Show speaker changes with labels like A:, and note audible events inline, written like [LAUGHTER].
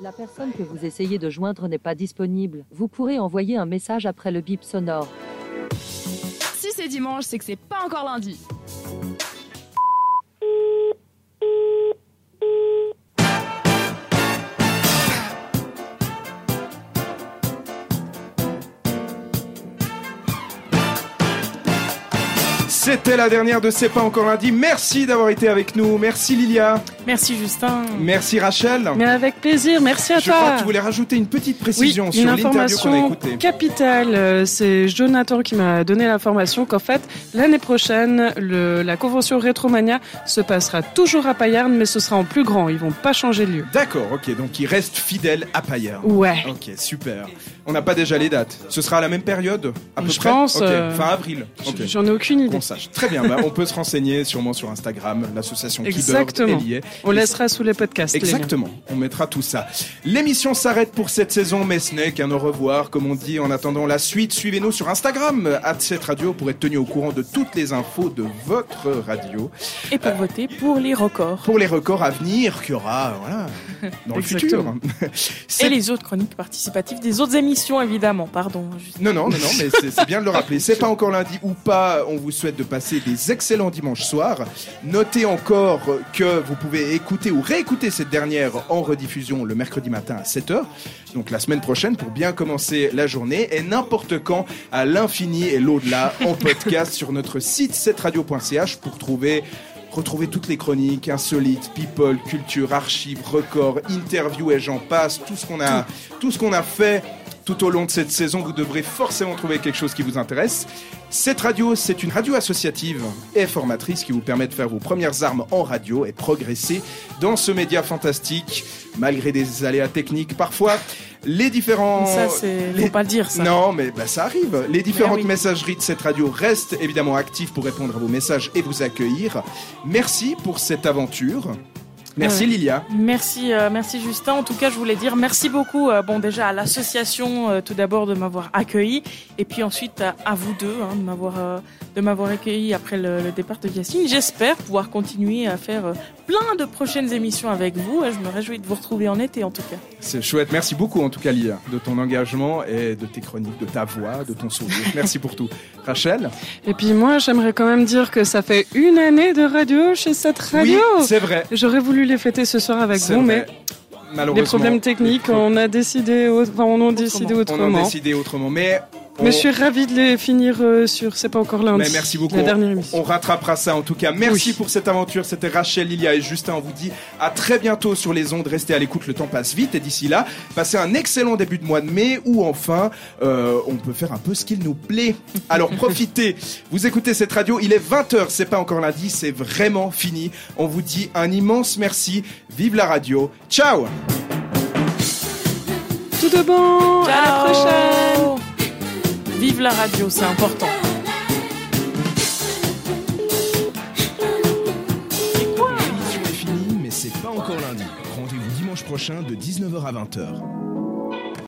A: La personne que vous essayez de joindre n'est pas disponible. Vous pourrez envoyer un message après le bip sonore.
B: Si c'est dimanche, c'est que c'est pas encore lundi.
C: C'était la dernière de C'est pas encore lundi. Merci d'avoir été avec nous. Merci Lilia.
D: Merci Justin.
C: Merci Rachel.
D: Mais avec plaisir, merci à
C: Je
D: toi.
C: crois que tu voulais rajouter une petite
D: Oui,
C: précision
D: une
C: sur l'interview qu'on a
D: information
C: écoutée.
D: capitale. Euh, C'est Jonathan qui m'a donné l'information qu'en fait, l'année prochaine, le- la convention Rétromania se passera toujours à Payerne, mais ce sera en plus grand. Ils vont pas changer de lieu.
C: D'accord, ok, donc il reste fidèle à Payard.
D: Ouais.
C: Ok, super. On n'a pas déjà les dates. Ce sera à la même période à peu
D: Je
C: près
D: pense,
C: Ok,
D: euh,
C: Fin avril. Ok.
D: J'en ai aucune idée.
C: Qu'on sache. Très bien, bah, on peut se renseigner sûrement sur Instagram, l'association Keyboard
D: Exactement.
C: est liée.
D: On laissera sous les podcasts. les liens.
C: Exactement, on mettra tout ça. L'émission s'arrête pour cette saison, mais ce n'est qu'un au revoir, comme on dit. En attendant la suite, suivez-nous sur Instagram, at cette radio, pour être tenu au courant de toutes les infos de votre radio.
E: Et pour voter pour les records.
C: Pour les records à venir qu'il y aura, voilà, dans le futur.
D: Exactement.
C: [LAUGHS] C'est-
E: Et les autres chroniques participatives des autres émissions, évidemment. Pardon. Justin.
C: Non, non, non, non, mais c'est- c'est bien de le rappeler. C'est pas encore lundi ou pas. On vous souhaite de passer des excellents dimanches soirs. Notez encore que vous pouvez écouter ou réécouter cette dernière en rediffusion le mercredi matin à 7h. Donc la semaine prochaine pour bien commencer la journée et n'importe quand à l'infini et l'au-delà en podcast sur notre site 7radio.ch pour trouver Retrouvez toutes les chroniques, insolites, people, culture, archives, records, interviews et j'en passe. Tout ce qu'on a, tout ce qu'on a fait tout au long de cette saison, vous devrez forcément trouver quelque chose qui vous intéresse. Cette radio, c'est une radio associative et formatrice qui vous permet de faire vos premières armes en radio et progresser dans ce média fantastique, malgré des aléas techniques parfois. Les différents...
E: Ça, c'est.
C: Oh, les-
E: Faut pas le dire, ça.
C: non, mais bah, ça arrive. Les différentes
E: oui.
C: messageries de cette radio restent évidemment actives pour répondre à vos messages et vous accueillir. Merci pour cette aventure. Merci
E: Ouais.
C: Lilia.
E: Merci, euh, merci Justin. En tout cas, je voulais dire merci beaucoup. euh, bon, déjà à l'association, euh, tout d'abord de m'avoir accueilli, et puis ensuite à, à vous deux hein, de m'avoir euh, de m'avoir accueilli après le, le départ de Yacine. J'espère pouvoir continuer à faire euh, plein de prochaines émissions avec vous. Et je me réjouis de vous retrouver en été, en tout cas.
C: C'est chouette. Merci beaucoup en tout cas Lilia de ton engagement et de tes chroniques, de ta voix, de ton sourire.
E: [LAUGHS]
C: Merci pour tout. Rachel
D: Et puis moi, j'aimerais quand même dire que ça fait une année de radio chez cette radio.
C: Oui, c'est vrai.
D: J'aurais voulu les fêter ce soir avec
C: C'est
D: vous, mais
C: vrai. Malheureusement,
D: des problèmes techniques, on a décidé, au- enfin, on a décidé
C: on
D: autrement. hein.
C: en a décidé autrement. Mais on-
D: Mais je suis ravie de les finir euh, sur C'est pas encore lundi.
C: Mais merci beaucoup.
D: La dernière émission.
C: On rattrapera ça en tout cas. Merci
D: Oui.
C: pour cette aventure. C'était Rachel, Lilia et Justin. On vous dit à très bientôt sur les ondes. Restez à l'écoute. Le temps passe vite. Et d'ici là, passez un excellent début de mois de mai où enfin, euh, on peut faire un peu ce qu'il nous plaît.
D: [LAUGHS]
C: Alors profitez. Vous écoutez cette radio. Il est 20h. C'est pas encore lundi. C'est vraiment fini. On vous dit un immense merci. Vive la radio. Ciao!
D: Tout de bon. À la prochaine.
E: prochaine. Vive la radio, c'est important.
C: L'émission est finie, mais c'est pas encore lundi. Rendez-vous dimanche prochain de 19h à 20h.